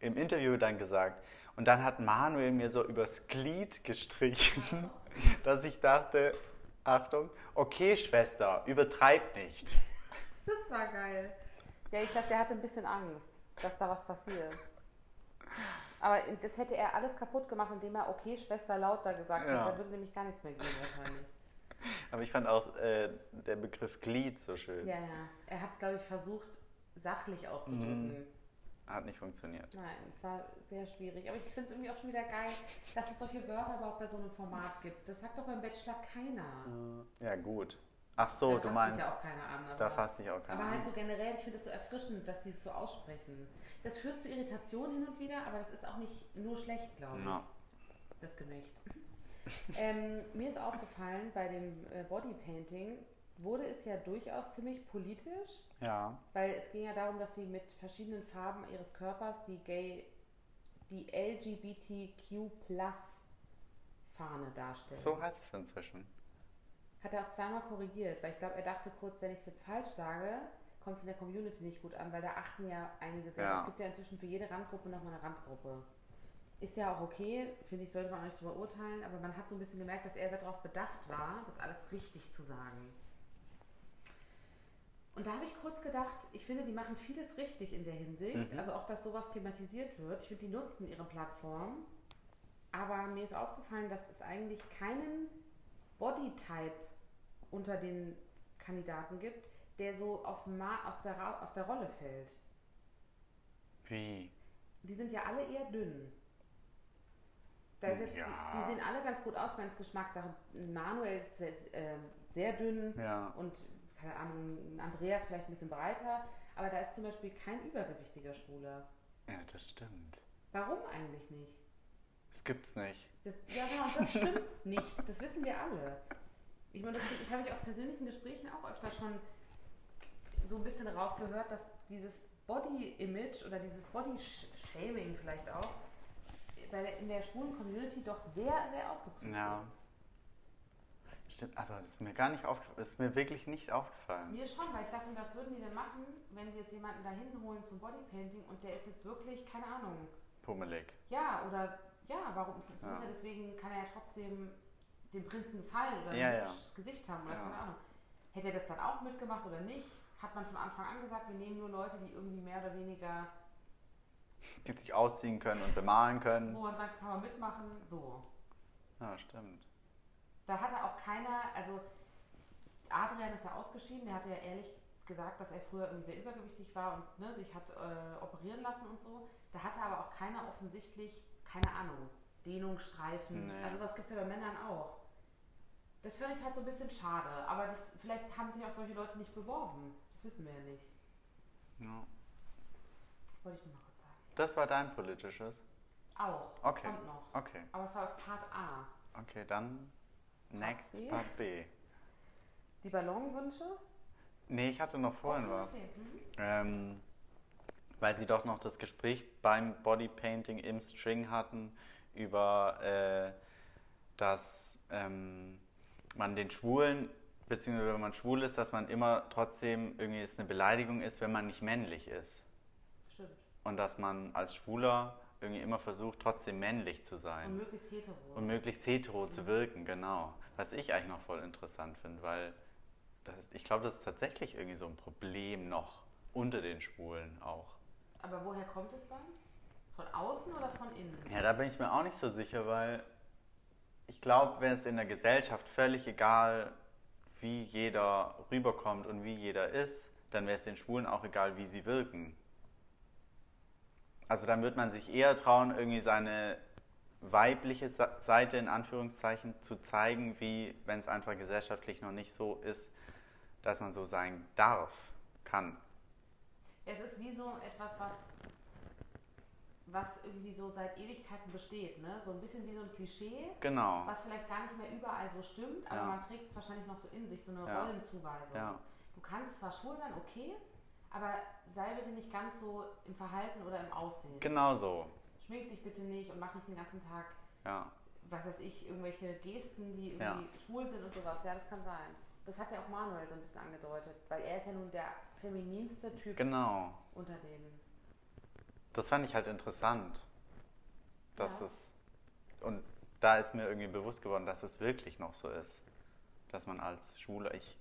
im Interview dann gesagt, und dann hat Manuel mir so übers Glied gestrichen, dass ich dachte, Achtung, okay Schwester, übertreib nicht.
Das war geil. Ja, ich glaube, der hatte ein bisschen Angst, dass da was passiert. Aber das hätte er alles kaputt gemacht, indem er okay, Schwester lauter gesagt
Ja.
hat. Da würde nämlich gar nichts mehr gehen wahrscheinlich.
Aber ich fand auch äh, der Begriff Glied so schön.
Ja, ja. Er hat es, glaube ich, versucht, sachlich auszudrücken.
Mhm. Hat nicht funktioniert.
Nein, es war sehr schwierig. Aber ich finde es irgendwie auch schon wieder geil, dass es solche Wörter überhaupt bei so einem Format gibt. Das sagt doch beim Bachelor keiner.
Ja gut. Ach so,
da
du
fasst
meinst,
Sich ja auch keiner an, aber,
da fasst sich auch keiner
Aber
an.
halt so generell, ich finde das so erfrischend, dass die es so aussprechen. Das führt zu Irritation hin und wieder, aber das ist auch nicht nur schlecht, glaube ich.
Ja.
Das Gemächt. Ähm, mir ist aufgefallen, bei dem äh, Bodypainting wurde es ja durchaus ziemlich politisch,
Ja,
weil es ging ja darum, dass sie mit verschiedenen Farben ihres Körpers die Gay, die LGBTQ Fahne darstellen.
so heißt es inzwischen.
Hat er auch zweimal korrigiert, weil ich glaube, er dachte kurz, wenn ich es jetzt falsch sage, kommt es in der Community nicht gut an, weil da achten ja einige sehr.
Ja.
Es gibt ja inzwischen für jede Randgruppe nochmal eine Randgruppe. Ist ja auch okay, finde ich, sollte man auch nicht drüber urteilen, aber man hat so ein bisschen gemerkt, dass er sehr darauf bedacht war, das alles richtig zu sagen. Und da habe ich kurz gedacht, ich finde, die machen vieles richtig in der Hinsicht.
Mhm.
Also auch, dass sowas thematisiert wird. Ich finde, die nutzen ihre Plattform. Aber mir ist aufgefallen, dass es eigentlich keinen Bodytype unter den Kandidaten gibt, der so aus, dem Ma aus, der, Ra aus der Rolle fällt.
Wie?
Die sind ja alle eher dünn. Da ist jetzt,
Ja.
die, die sehen alle ganz gut aus, wenn es Geschmackssache. Manuel ist jetzt, ähm, sehr dünn
Ja.
und keine Ahnung, Andreas vielleicht ein bisschen breiter, aber da ist zum Beispiel kein übergewichtiger Schwuler.
Ja, das stimmt.
Warum eigentlich nicht?
Das gibt's nicht.
Das, ja, genau, und das stimmt nicht. Das wissen wir alle. Ich meine, das, das habe ich aus persönlichen Gesprächen auch öfter schon so ein bisschen rausgehört, dass dieses Body-Image oder dieses Body-Shaming vielleicht auch bei der, in der schwulen Community doch sehr, sehr ausgeprägt
Ja. Stimmt, aber das ist mir gar nicht aufgefallen. Das ist mir wirklich nicht
ist.
aufgefallen.
Mir schon, weil ich dachte, was würden die denn machen, wenn sie jetzt jemanden da hinten holen zum Bodypainting und der ist jetzt wirklich, keine Ahnung,
Pummelig.
ja, oder ja, warum? Das Muss
Ja.
ja deswegen kann er ja trotzdem dem Prinzen gefallen oder
Ja,
ein
ja.
hübsches Gesicht haben oder
Ja.
keine Ahnung. Hätte er das dann auch mitgemacht oder nicht? Hat man von Anfang an gesagt, wir nehmen nur Leute, die irgendwie mehr oder weniger,
Die sich ausziehen können und bemalen können.
wo man sagt, kann man mitmachen, so.
Ja, stimmt.
Da hatte auch keiner, also Adrian ist ja ausgeschieden, der hat ja ehrlich gesagt, dass er früher irgendwie sehr übergewichtig war und ne, sich hat äh, operieren lassen und so. Da hatte aber auch keiner offensichtlich, keine Ahnung, Dehnung, Streifen.
Nee.
Also was gibt es ja bei Männern auch. Das fand ich halt so ein bisschen schade, aber das, vielleicht haben sich auch solche Leute nicht beworben. Das wissen wir ja nicht.
Ja.
Wollte ich nur mal kurz sagen.
Das war dein politisches.
Auch.
Okay.
Kommt noch.
Okay,
Aber es war Part A.
okay, dann next
B.
Part B.
Die Ballonwünsche?
Nee, ich hatte noch vorhin
Okay,
was.
okay. Mhm.
Ähm, weil sie doch noch das Gespräch beim Bodypainting im String hatten über, äh, dass ähm, man den Schwulen, beziehungsweise wenn man schwul ist, dass man immer trotzdem irgendwie es eine Beleidigung ist, wenn man nicht männlich ist.
Stimmt.
Und dass man als Schwuler irgendwie immer versucht, trotzdem männlich zu
Und
sein
möglichst hetero.
und möglichst hetero zu wirken, genau. Was ich eigentlich noch voll interessant finde, weil das, ich glaube, das ist tatsächlich irgendwie so ein Problem noch unter den Schwulen auch.
Aber woher kommt es dann? Von außen oder von innen?
Ja, da bin ich mir auch nicht so sicher, weil ich glaube, wenn es in der Gesellschaft völlig egal, wie jeder rüberkommt und wie jeder ist, dann wäre es den Schwulen auch egal, wie sie wirken. Also dann wird man sich eher trauen, irgendwie seine weibliche Sa- Seite in Anführungszeichen zu zeigen, wie wenn es einfach gesellschaftlich noch nicht so ist, dass man so sein darf, kann.
Es ist wie so etwas, was, was irgendwie so seit Ewigkeiten besteht. Ne? So ein bisschen wie so ein Klischee,
Genau.
was vielleicht gar nicht mehr überall so stimmt, aber
Ja.
man trägt es wahrscheinlich noch so in sich, so eine
Ja.
Rollenzuweisung.
Ja.
Du kannst zwar schwul sein, okay, aber sei bitte nicht ganz so im Verhalten oder im Aussehen.
Genau so.
Schmink dich bitte nicht und mach nicht den ganzen Tag,
Ja.
was weiß ich, irgendwelche Gesten, die
Ja.
irgendwie schwul sind und sowas. Ja, das kann sein. Das hat ja auch Manuel so ein bisschen angedeutet, weil er ist ja nun der femininste Typ
Genau.
unter denen.
Das fand ich halt interessant, dass
Ja.
es und da ist mir irgendwie bewusst geworden, dass es wirklich noch so ist, dass man als Schwuler ich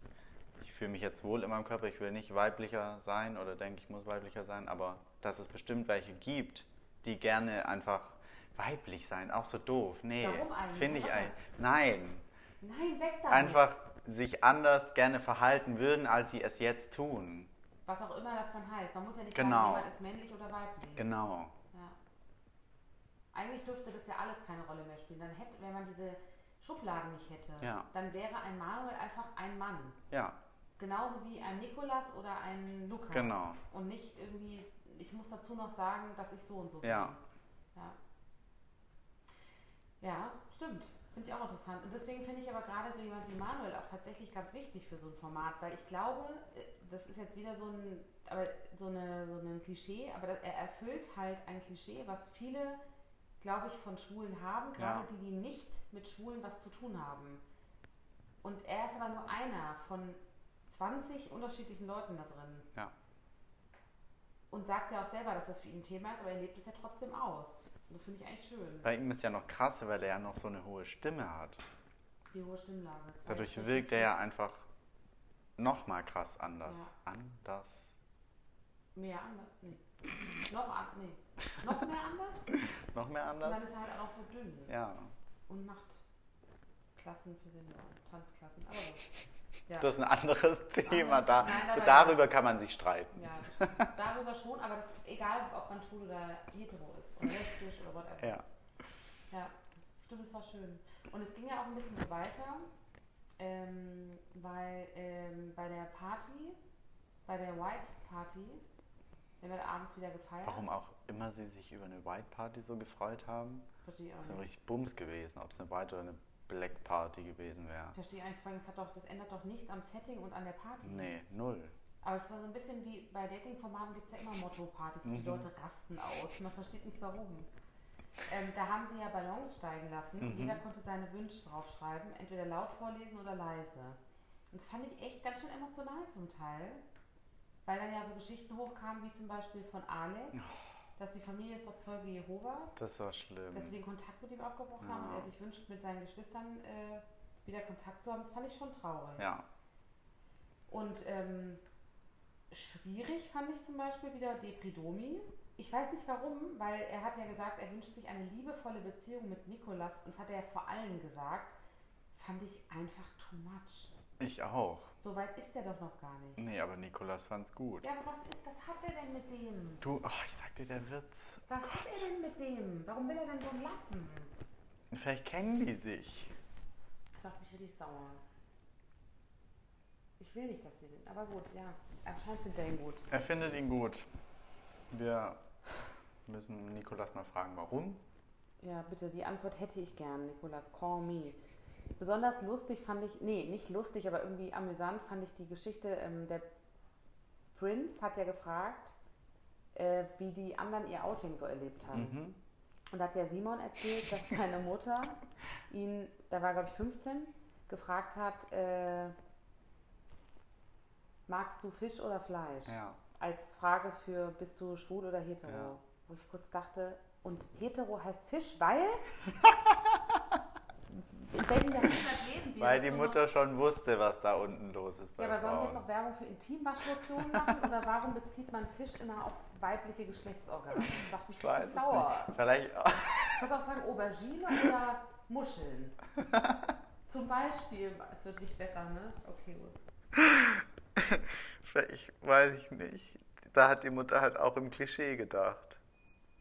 ich fühle mich jetzt wohl in meinem Körper, ich will nicht weiblicher sein oder denke ich muss weiblicher sein, aber dass es bestimmt welche gibt, die gerne einfach weiblich sein, auch so doof. Nee,
Warum eigentlich?
finde ich
Warum?
ein nein,
Nein, weg damit.
einfach sich anders gerne verhalten würden, als sie es jetzt tun.
Was auch immer das dann heißt. Man muss ja nicht
Genau.
sagen, jemand ist männlich oder weiblich.
Genau.
Ja. Eigentlich dürfte das ja alles keine Rolle mehr spielen. Dann hätte, wenn man diese Schubladen nicht hätte,
Ja.
dann wäre ein Manuel einfach ein Mann.
Ja,
Genauso wie ein Nikolas oder ein Luca.
genau.
Und nicht irgendwie, ich muss dazu noch sagen, dass ich so und so
Ja.
bin. Ja. Ja, stimmt. Finde Finde ich auch interessant. Und deswegen finde ich aber gerade so jemand wie Manuel auch tatsächlich ganz wichtig für so ein Format, weil ich glaube, äh, das ist jetzt wieder so ein, aber so, eine, so ein Klischee, aber das, er erfüllt halt ein Klischee, was viele, glaube ich, von Schwulen haben, gerade
Ja.
die, die nicht mit Schwulen was zu tun haben. Und er ist aber nur einer von 20 unterschiedlichen Leuten da drin.
Ja.
Und sagt ja auch selber, dass das für ihn ein Thema ist, aber er lebt es ja trotzdem aus. Und das finde ich eigentlich schön.
Bei ihm ist ja noch krasser, weil er ja noch so eine hohe Stimme hat.
Die hohe Stimmlage. Zwei
Dadurch
Stimmen
wirkt
ist
er ja
fast
einfach nochmal krass anders. Anders.
Mehr anders? Nee. Noch, an, nee. Noch mehr anders? Und
Noch mehr
dann
anders?
ist er halt auch noch so dünn.
Ja.
Und macht Klassen für Senioren. Transklassen. Aber gut. Ja.
Das ist ein anderes Thema.
Anderes-
Da,
Nein, aber-
darüber kann man sich streiten.
ja, das stimmt. darüber schon, aber das, egal, ob man schwul oder hetero ist. Oder lesbisch oder whatever.
Ja.
Ja, stimmt, es war schön. Und es ging ja auch ein bisschen so weiter, ähm, weil ähm, bei der Party, bei der White Party, wenn wir abends wieder gefeiert.
Warum auch immer sie sich über eine White Party so gefreut haben.
Verstehe ich auch
Wäre
nicht.
richtig Bums gewesen, ob es eine White oder eine Black Party gewesen wäre.
Ich verstehe eigentlich, vor allem, es hat doch, das ändert doch nichts am Setting und an der Party.
Nee, null.
Aber es war so ein bisschen wie bei Dating-Formaten gibt es ja immer Motto-Partys und die Leute rasten aus. Man versteht nicht warum. Ähm, da haben sie ja Ballons steigen lassen und jeder konnte seine Wünsche draufschreiben, entweder laut vorlesen oder leise. Und das fand ich echt ganz schön emotional zum Teil, weil dann ja so Geschichten hochkamen, wie zum Beispiel von Alex, dass die Familie ist doch Zeuge Jehovas
Das war
dass sie
schlimm.
den Kontakt mit ihm abgebrochen haben und er sich wünscht, mit seinen Geschwistern äh, wieder Kontakt zu haben, das fand ich schon traurig.
Ja.
Und ähm, schwierig fand ich zum Beispiel wieder Depridomi. Ich weiß nicht warum, weil er hat ja gesagt, er wünscht sich eine liebevolle Beziehung mit Nikolas und das hat er ja vor allem gesagt, fand ich einfach too much.
Ich auch.
So weit ist er doch noch gar nicht.
Nee, aber Nikolas fand's gut.
Ja, aber was ist, was hat er denn mit dem?
Du, ach, ich sag dir, der Witz.
Was hat er denn mit dem? Warum will er denn so einen Lappen?
Vielleicht kennen die sich.
Das macht mich richtig sauer. Ich will nicht, dass sie den. Aber gut, ja. Anscheinend findet er ihn gut.
Er findet ihn gut. Wir müssen Nikolas mal fragen, warum.
Ja, bitte, die Antwort hätte ich gern, Nikolas. Call me. Besonders lustig fand ich, nee, nicht lustig, aber irgendwie amüsant fand ich die Geschichte. Ähm, der Prinz hat ja gefragt, äh, wie die anderen ihr Outing so erlebt haben.
Mhm.
Und da hat ja Simon erzählt, dass seine Mutter ihn, da war glaube ich 15, gefragt hat, äh, magst du Fisch oder Fleisch?
Ja.
Als Frage für, bist du schwul oder hetero?
Ja.
Wo ich kurz dachte, und hetero heißt Fisch, weil? In welchem Jahrhundert leben wir?
Weil
Dass
die
du
Mutter schon wusste, was da unten los ist
Noch,
bei
ja, aber sollen wir jetzt
Frauen.
noch Werbung für Intimwaschlotionen machen? oder warum bezieht man Fisch immer auf weibliche Geschlechtsorgane? Das macht mich
Ich weiß
richtig
es
sauer.
nicht. Vielleicht auch.
Kannst auch sagen Aubergine oder Muscheln. Zum Beispiel, es wird nicht besser, ne? Okay, gut.
Vielleicht weiß ich nicht. Da hat die Mutter halt auch im Klischee gedacht.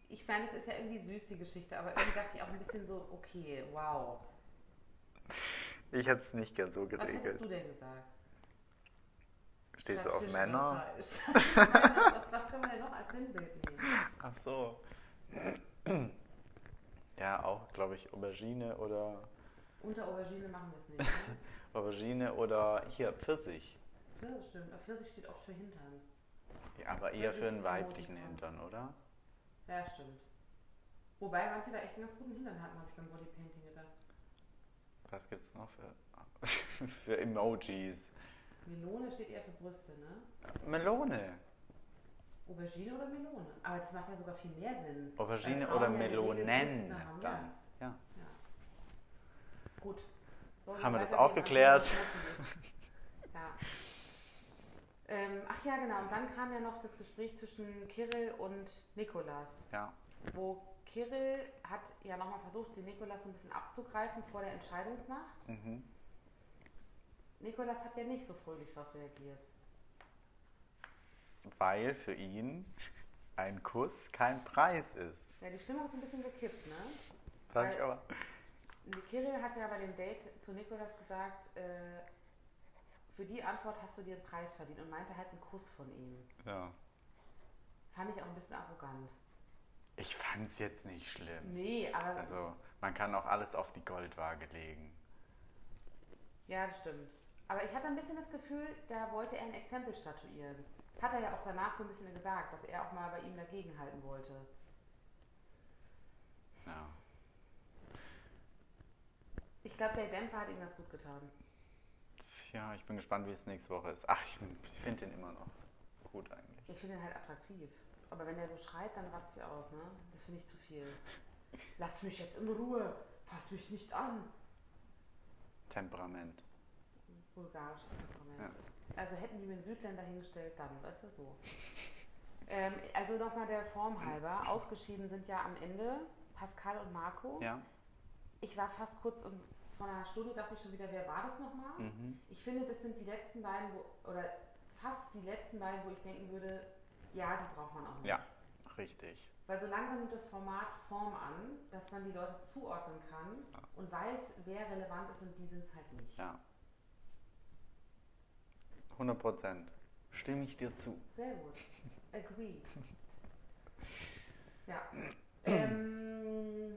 Ich meine, es ist ja irgendwie süß, die Geschichte, aber irgendwie dachte ich auch ein bisschen so, okay, wow.
Ich hätte es nicht gern so
Was hättest
geregelt.
du denn gesagt?
Stehst du
Statt
auf
Fisch oder
Männer?
Fleisch. Nein, was, was können wir denn noch als Sinnbild nehmen?
Ach so. Ja, auch, glaube ich, Aubergine oder
Unter Aubergine machen wir es nicht. Ne?
Aubergine oder hier Pfirsich.
Pfirsich stimmt, aber Pfirsich steht oft für Hintern.
Ja, aber eher für einen
Pfirsich, Karotten,
weiblichen
ja.
Hintern, oder?
Ja, stimmt. Wobei manche da echt einen ganz guten Hintern hatten, habe ich beim Bodypainting gedacht.
Was gibt's noch für, für Emojis?
Melone steht eher für Brüste, ne?
Melone.
Aubergine oder Melone? Aber das macht ja sogar viel mehr Sinn. Weil
Oh. Aubergine
Äh, Frauen
oder
ja in der Regel
Melonen
Brüste haben,
dann. Ja.
Ja. Gut. So,
Haben wir
ich
das
weiß
auch
ja, wie
geklärt?
das funktioniert. ja. Ähm, ach ja, genau. Und dann kam ja noch das Gespräch zwischen Kirill und Nikolas,
Ja.
wo Kirill hat ja nochmal versucht, den Nikolas so ein bisschen abzugreifen vor der Entscheidungsnacht.
Mhm.
Nikolas hat ja nicht so fröhlich darauf reagiert.
Weil für ihn ein Kuss kein Preis ist.
Ja, die Stimmung ist ein bisschen gekippt, ne?
Das hab ich
Weil-
aber.
Die Kirill hat ja bei dem Date zu Nikolas gesagt, äh, für die Antwort hast du dir einen Preis verdient und meinte halt einen Kuss von ihm.
Ja.
Fand ich auch ein bisschen arrogant.
Ich fand's jetzt nicht schlimm.
Nee, aber
Also, Man kann auch alles auf die Goldwaage legen.
Ja, das stimmt. Aber ich hatte ein bisschen das Gefühl, da wollte er ein Exempel statuieren. Hat er ja auch danach so ein bisschen gesagt, dass er auch mal bei ihm dagegenhalten wollte.
Ja.
Ich glaube, der Dämpfer hat ihm ganz gut getan.
ja, ich bin gespannt, wie es nächste Woche ist. Ach, ich, ich finde den immer noch gut eigentlich.
Ich finde ihn halt attraktiv. Aber wenn er so schreit, dann rast ich aus, ne? Das finde ich zu viel. Lass mich jetzt in Ruhe. Fass mich nicht an.
Temperament.
Bulgarisches Temperament. Also hätten die mir einen Südländer hingestellt, dann, weißt du, so. Ähm, also nochmal der Form halber. Ausgeschieden sind ja am Ende Pascal und Marco.
Ja?
Ich war fast kurz und vor einer Stunde dachte ich schon wieder, wer war das nochmal?
Mhm.
Ich finde, das sind die letzten beiden, wo, oder fast die letzten beiden, wo ich denken würde, ja, die braucht man auch nicht.
Ja, richtig.
Weil so langsam nimmt das Format Form an, dass man die Leute zuordnen kann und weiß, wer relevant ist und die sind es halt nicht.
Ja. 100 Prozent. Stimme ich dir zu.
Sehr gut. Agreed. ja. Ähm,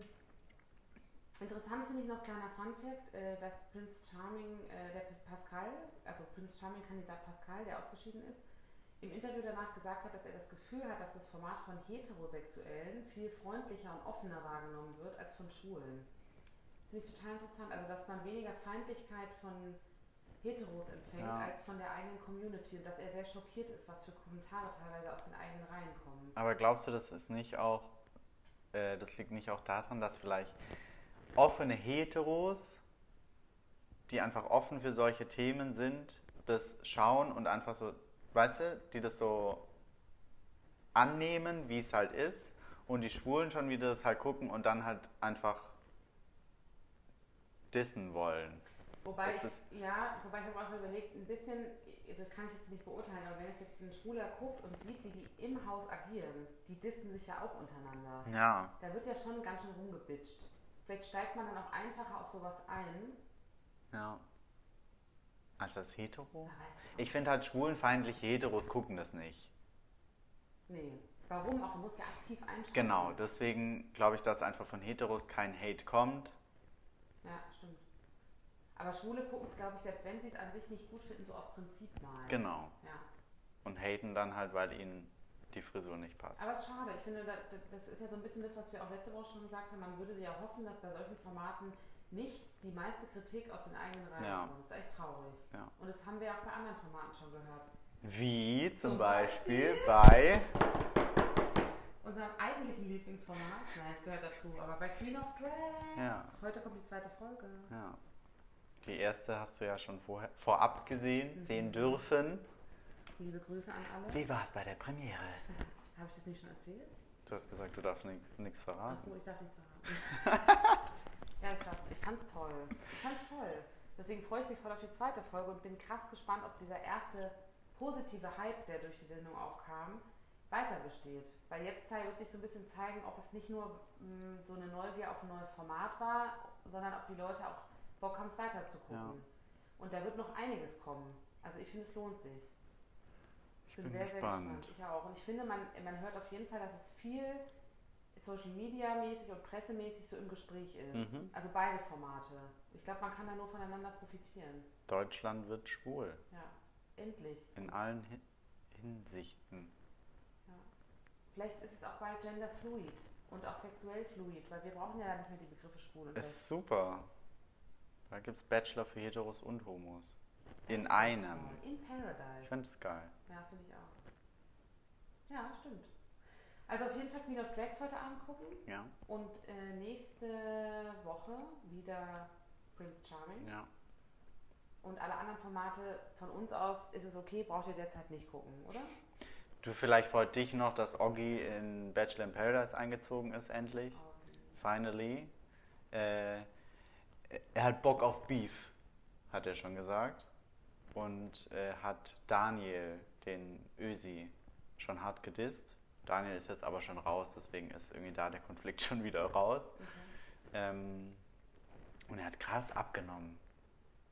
interessant finde ich noch kleiner Fun Fact, äh, dass Prince Charming, äh, der Pascal, also Prince Charming Kandidat Pascal, der ausgeschieden ist, im Interview danach gesagt hat, dass er das Gefühl hat, dass das Format von Heterosexuellen viel freundlicher und offener wahrgenommen wird als von Schwulen. Finde ich total interessant. Also, dass man weniger Feindlichkeit von Heteros empfängt
Ja.
als von der eigenen Community und dass er sehr schockiert ist, was für Kommentare teilweise aus den eigenen Reihen kommen.
Aber glaubst du, das ist nicht auch, äh, das liegt nicht auch daran, dass vielleicht offene Heteros, die einfach offen für solche Themen sind, das schauen und einfach so, weißt du, die das so annehmen, wie es halt ist, und die Schwulen schon wieder das halt gucken und dann halt einfach dissen wollen.
Wobei
Das
ich,
ist-
ja, wobei ich habe auch überlegt, ein bisschen, also kann ich jetzt nicht beurteilen, aber wenn es jetzt ein Schwuler guckt und sieht, wie die im Haus agieren, die disten sich ja auch untereinander.
Ja.
Da wird ja schon ganz schön rumgebitscht. Vielleicht steigt man dann auch einfacher auf sowas ein.
Ja. Also das Hetero?
Da weiß ich,
Ich finde halt schwulenfeindliche Heteros gucken das nicht.
nee, warum auch? Du musst ja aktiv einsteigen.
Genau, deswegen glaube ich, dass einfach von Heteros kein Hate kommt.
Ja, stimmt. Aber Schwule gucken es, glaube ich, selbst wenn sie es an sich nicht gut finden, so aus Prinzip mal.
Genau.
Ja.
Und haten dann halt, weil ihnen die Frisur nicht passt.
Aber es ist schade. Ich finde, da- da- das ist ja so ein bisschen das, was wir auch letzte Woche schon gesagt haben. Man würde ja hoffen, dass bei solchen Formaten nicht die meiste Kritik aus den eigenen Reihen
Ja.
kommt. Das ist echt traurig.
Ja.
Und das haben wir ja auch bei anderen Formaten schon gehört.
Wie zum
Zum
Beispiel bei.
Unserem eigentlichen Lieblingsformat, nein, es gehört dazu, aber bei Queen of Drags.
Ja.
Heute kommt die zweite Folge.
Ja. Die erste hast du ja schon vorher, vorab gesehen, sehen dürfen.
Liebe Grüße an alle.
Wie war es bei der Premiere?
Habe ich das nicht schon erzählt?
Du hast gesagt, du darfst nichts verraten.
Achso, ich darf nichts verraten. ja, ich darf. Ich fand's toll. Ich fand's toll. Deswegen freue ich mich voll auf die zweite Folge und bin krass gespannt, ob dieser erste positive Hype, der durch die Sendung aufkam, weiter besteht. Weil jetzt zei- wird sich so ein bisschen zeigen, ob es nicht nur mh, so eine Neugier auf ein neues Format war, sondern ob die Leute auch Bock haben, es weiter zu gucken.
Ja.
Und da wird noch einiges kommen. Also ich finde, es lohnt sich.
Ich bin gespannt.
Ich auch. Und ich finde, man, man hört auf jeden Fall, dass es viel Social Media mäßig und pressemäßig so im Gespräch ist.
Mhm.
Also beide Formate. Ich glaube, man kann da nur voneinander profitieren.
Deutschland wird schwul.
Ja. Endlich.
In allen Hin- Hinsichten.
Vielleicht ist es auch bald gender fluid und auch sexuell fluid, weil wir brauchen ja dann nicht mehr die Begriffe schwul und
Ist
lesbisch.
super. Da gibt es Bachelor für Heteros und Homos. In
Das ist
einem.
toll. In Paradise.
Ich finde es geil.
Ja, finde ich auch. Ja, stimmt. Also auf jeden Fall Queen of Drags heute Abend gucken
Ja,
und äh, nächste Woche wieder Prince Charming.
ja.
Und alle anderen Formate von uns aus ist es okay, braucht ihr derzeit nicht gucken, oder?
Du, vielleicht freut dich noch, dass Oggi in Bachelor in Paradise eingezogen ist, endlich. Finally. Äh, er hat Bock auf Beef, hat er schon gesagt. Und äh, hat Daniel, den Ösi, schon hart gedisst. Daniel ist jetzt aber schon raus, deswegen ist irgendwie da der Konflikt schon wieder raus. Ähm, und er hat krass abgenommen.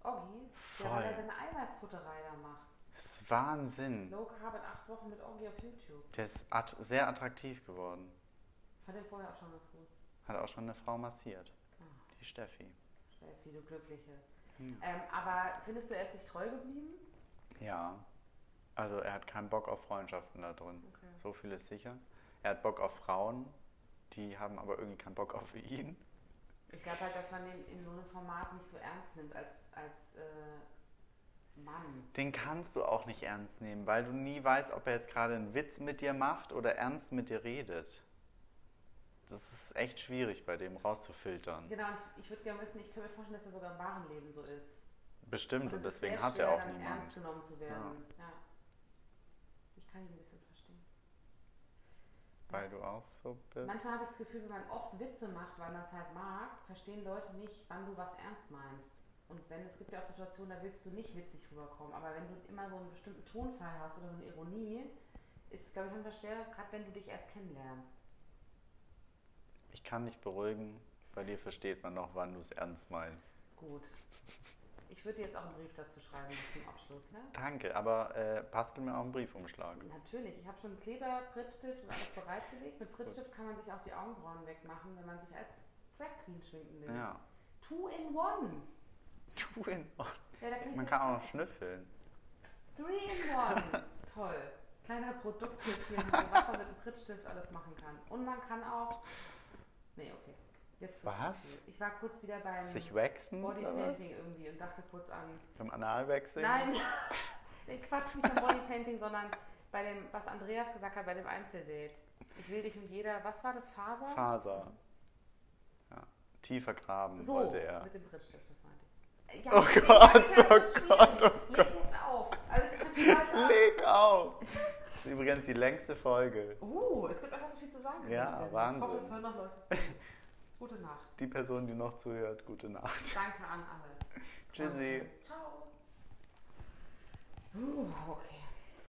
Oggi, der
Voll.
weil er seine Eiweißfutterei da macht.
Das ist Wahnsinn.
Low Carb in acht Wochen mit Oggi auf YouTube.
Der ist at sehr attraktiv geworden.
Fand den vorher auch schon ganz gut.
Hat auch schon eine Frau massiert.
Ja.
Die Steffi.
Steffi, du Glückliche. Ähm, aber findest du, er ist sich treu geblieben?
Ja. Also er hat keinen Bock auf Freundschaften da drin.
Okay.
So viel ist sicher. Er hat Bock auf Frauen, die haben aber irgendwie keinen Bock auf ihn.
Ich glaube halt, dass man den in so einem Format nicht so ernst nimmt als, als äh, Mann.
Den kannst du auch nicht ernst nehmen, weil du nie weißt, ob er jetzt gerade einen Witz mit dir macht oder ernst mit dir redet. Das ist echt schwierig bei dem rauszufiltern.
Genau, und ich, ich würde gerne wissen, ich kann mir vorstellen, dass er sogar im wahren Leben so ist.
Bestimmt, und
Es ist
deswegen
sehr
hat er
schwer,
auch
damit Ernst
niemand.
genommen zu werden. Ja. Ich kann ihn ein bisschen verstehen.
Weil du auch so bist.
Manchmal habe ich das Gefühl, wenn man oft Witze macht, weil man es halt mag, verstehen Leute nicht, wann du was ernst meinst. Und wenn es gibt ja auch Situationen, da willst du nicht witzig rüberkommen, aber wenn du immer so einen bestimmten Tonfall hast oder so eine Ironie, ist es, glaube ich, manchmal schwer, gerade wenn du dich erst kennenlernst.
Ich kann dich beruhigen. Bei dir versteht man noch, wann du es ernst meinst.
Gut. Ich würde dir jetzt auch einen Brief dazu schreiben noch zum Abschluss, ne?
Danke, aber äh, bastel mir auch einen Briefumschlag.
Natürlich, ich habe schon Kleber, Prittstift und alles bereitgelegt. Mit Prittstift kann man sich auch die Augenbrauen wegmachen, wenn man sich als Drag Queen schminken will.
Ja.
Two in one.
Du in
Ja, da kann ich
Man
mir
kann auch noch schnüffeln.
Three in one. Toll. Kleiner Produkttipp hier, was man mit einem Prittstift alles machen kann. Und man kann auch. Nee, okay. Jetzt wird's
Was?
zu viel. Ich war kurz wieder beim
Sich waxen oder was?
Bodypainting irgendwie und dachte kurz an.
Beim Analwaxing?
Nein, ich quatsch nicht beim Bodypainting, sondern bei dem, was Andreas gesagt hat, bei dem Einzeldate. Ich will dich und jeder. Was war das? Faser?
Faser. Ja. Tiefer graben
so,
wollte er.
mit dem Prittstift, das meinte ich. Ja,
Oh
deswegen
Gott,
war ich ja so
oh Gott,
schwierig. Leg jetzt auf. Also ich kann die Leute ab.
Leg auf! Das ist übrigens die längste Folge.
Uh, es gibt einfach so viel zu sagen. in
Ja,
der Sendung.
Wahnsinn.
Ich hoffe, es hören noch Leute zu. Gute Nacht.
Die Person, die noch zuhört, gute Nacht.
Danke an alle.
Tschüssi.
Ciao. Uh, okay.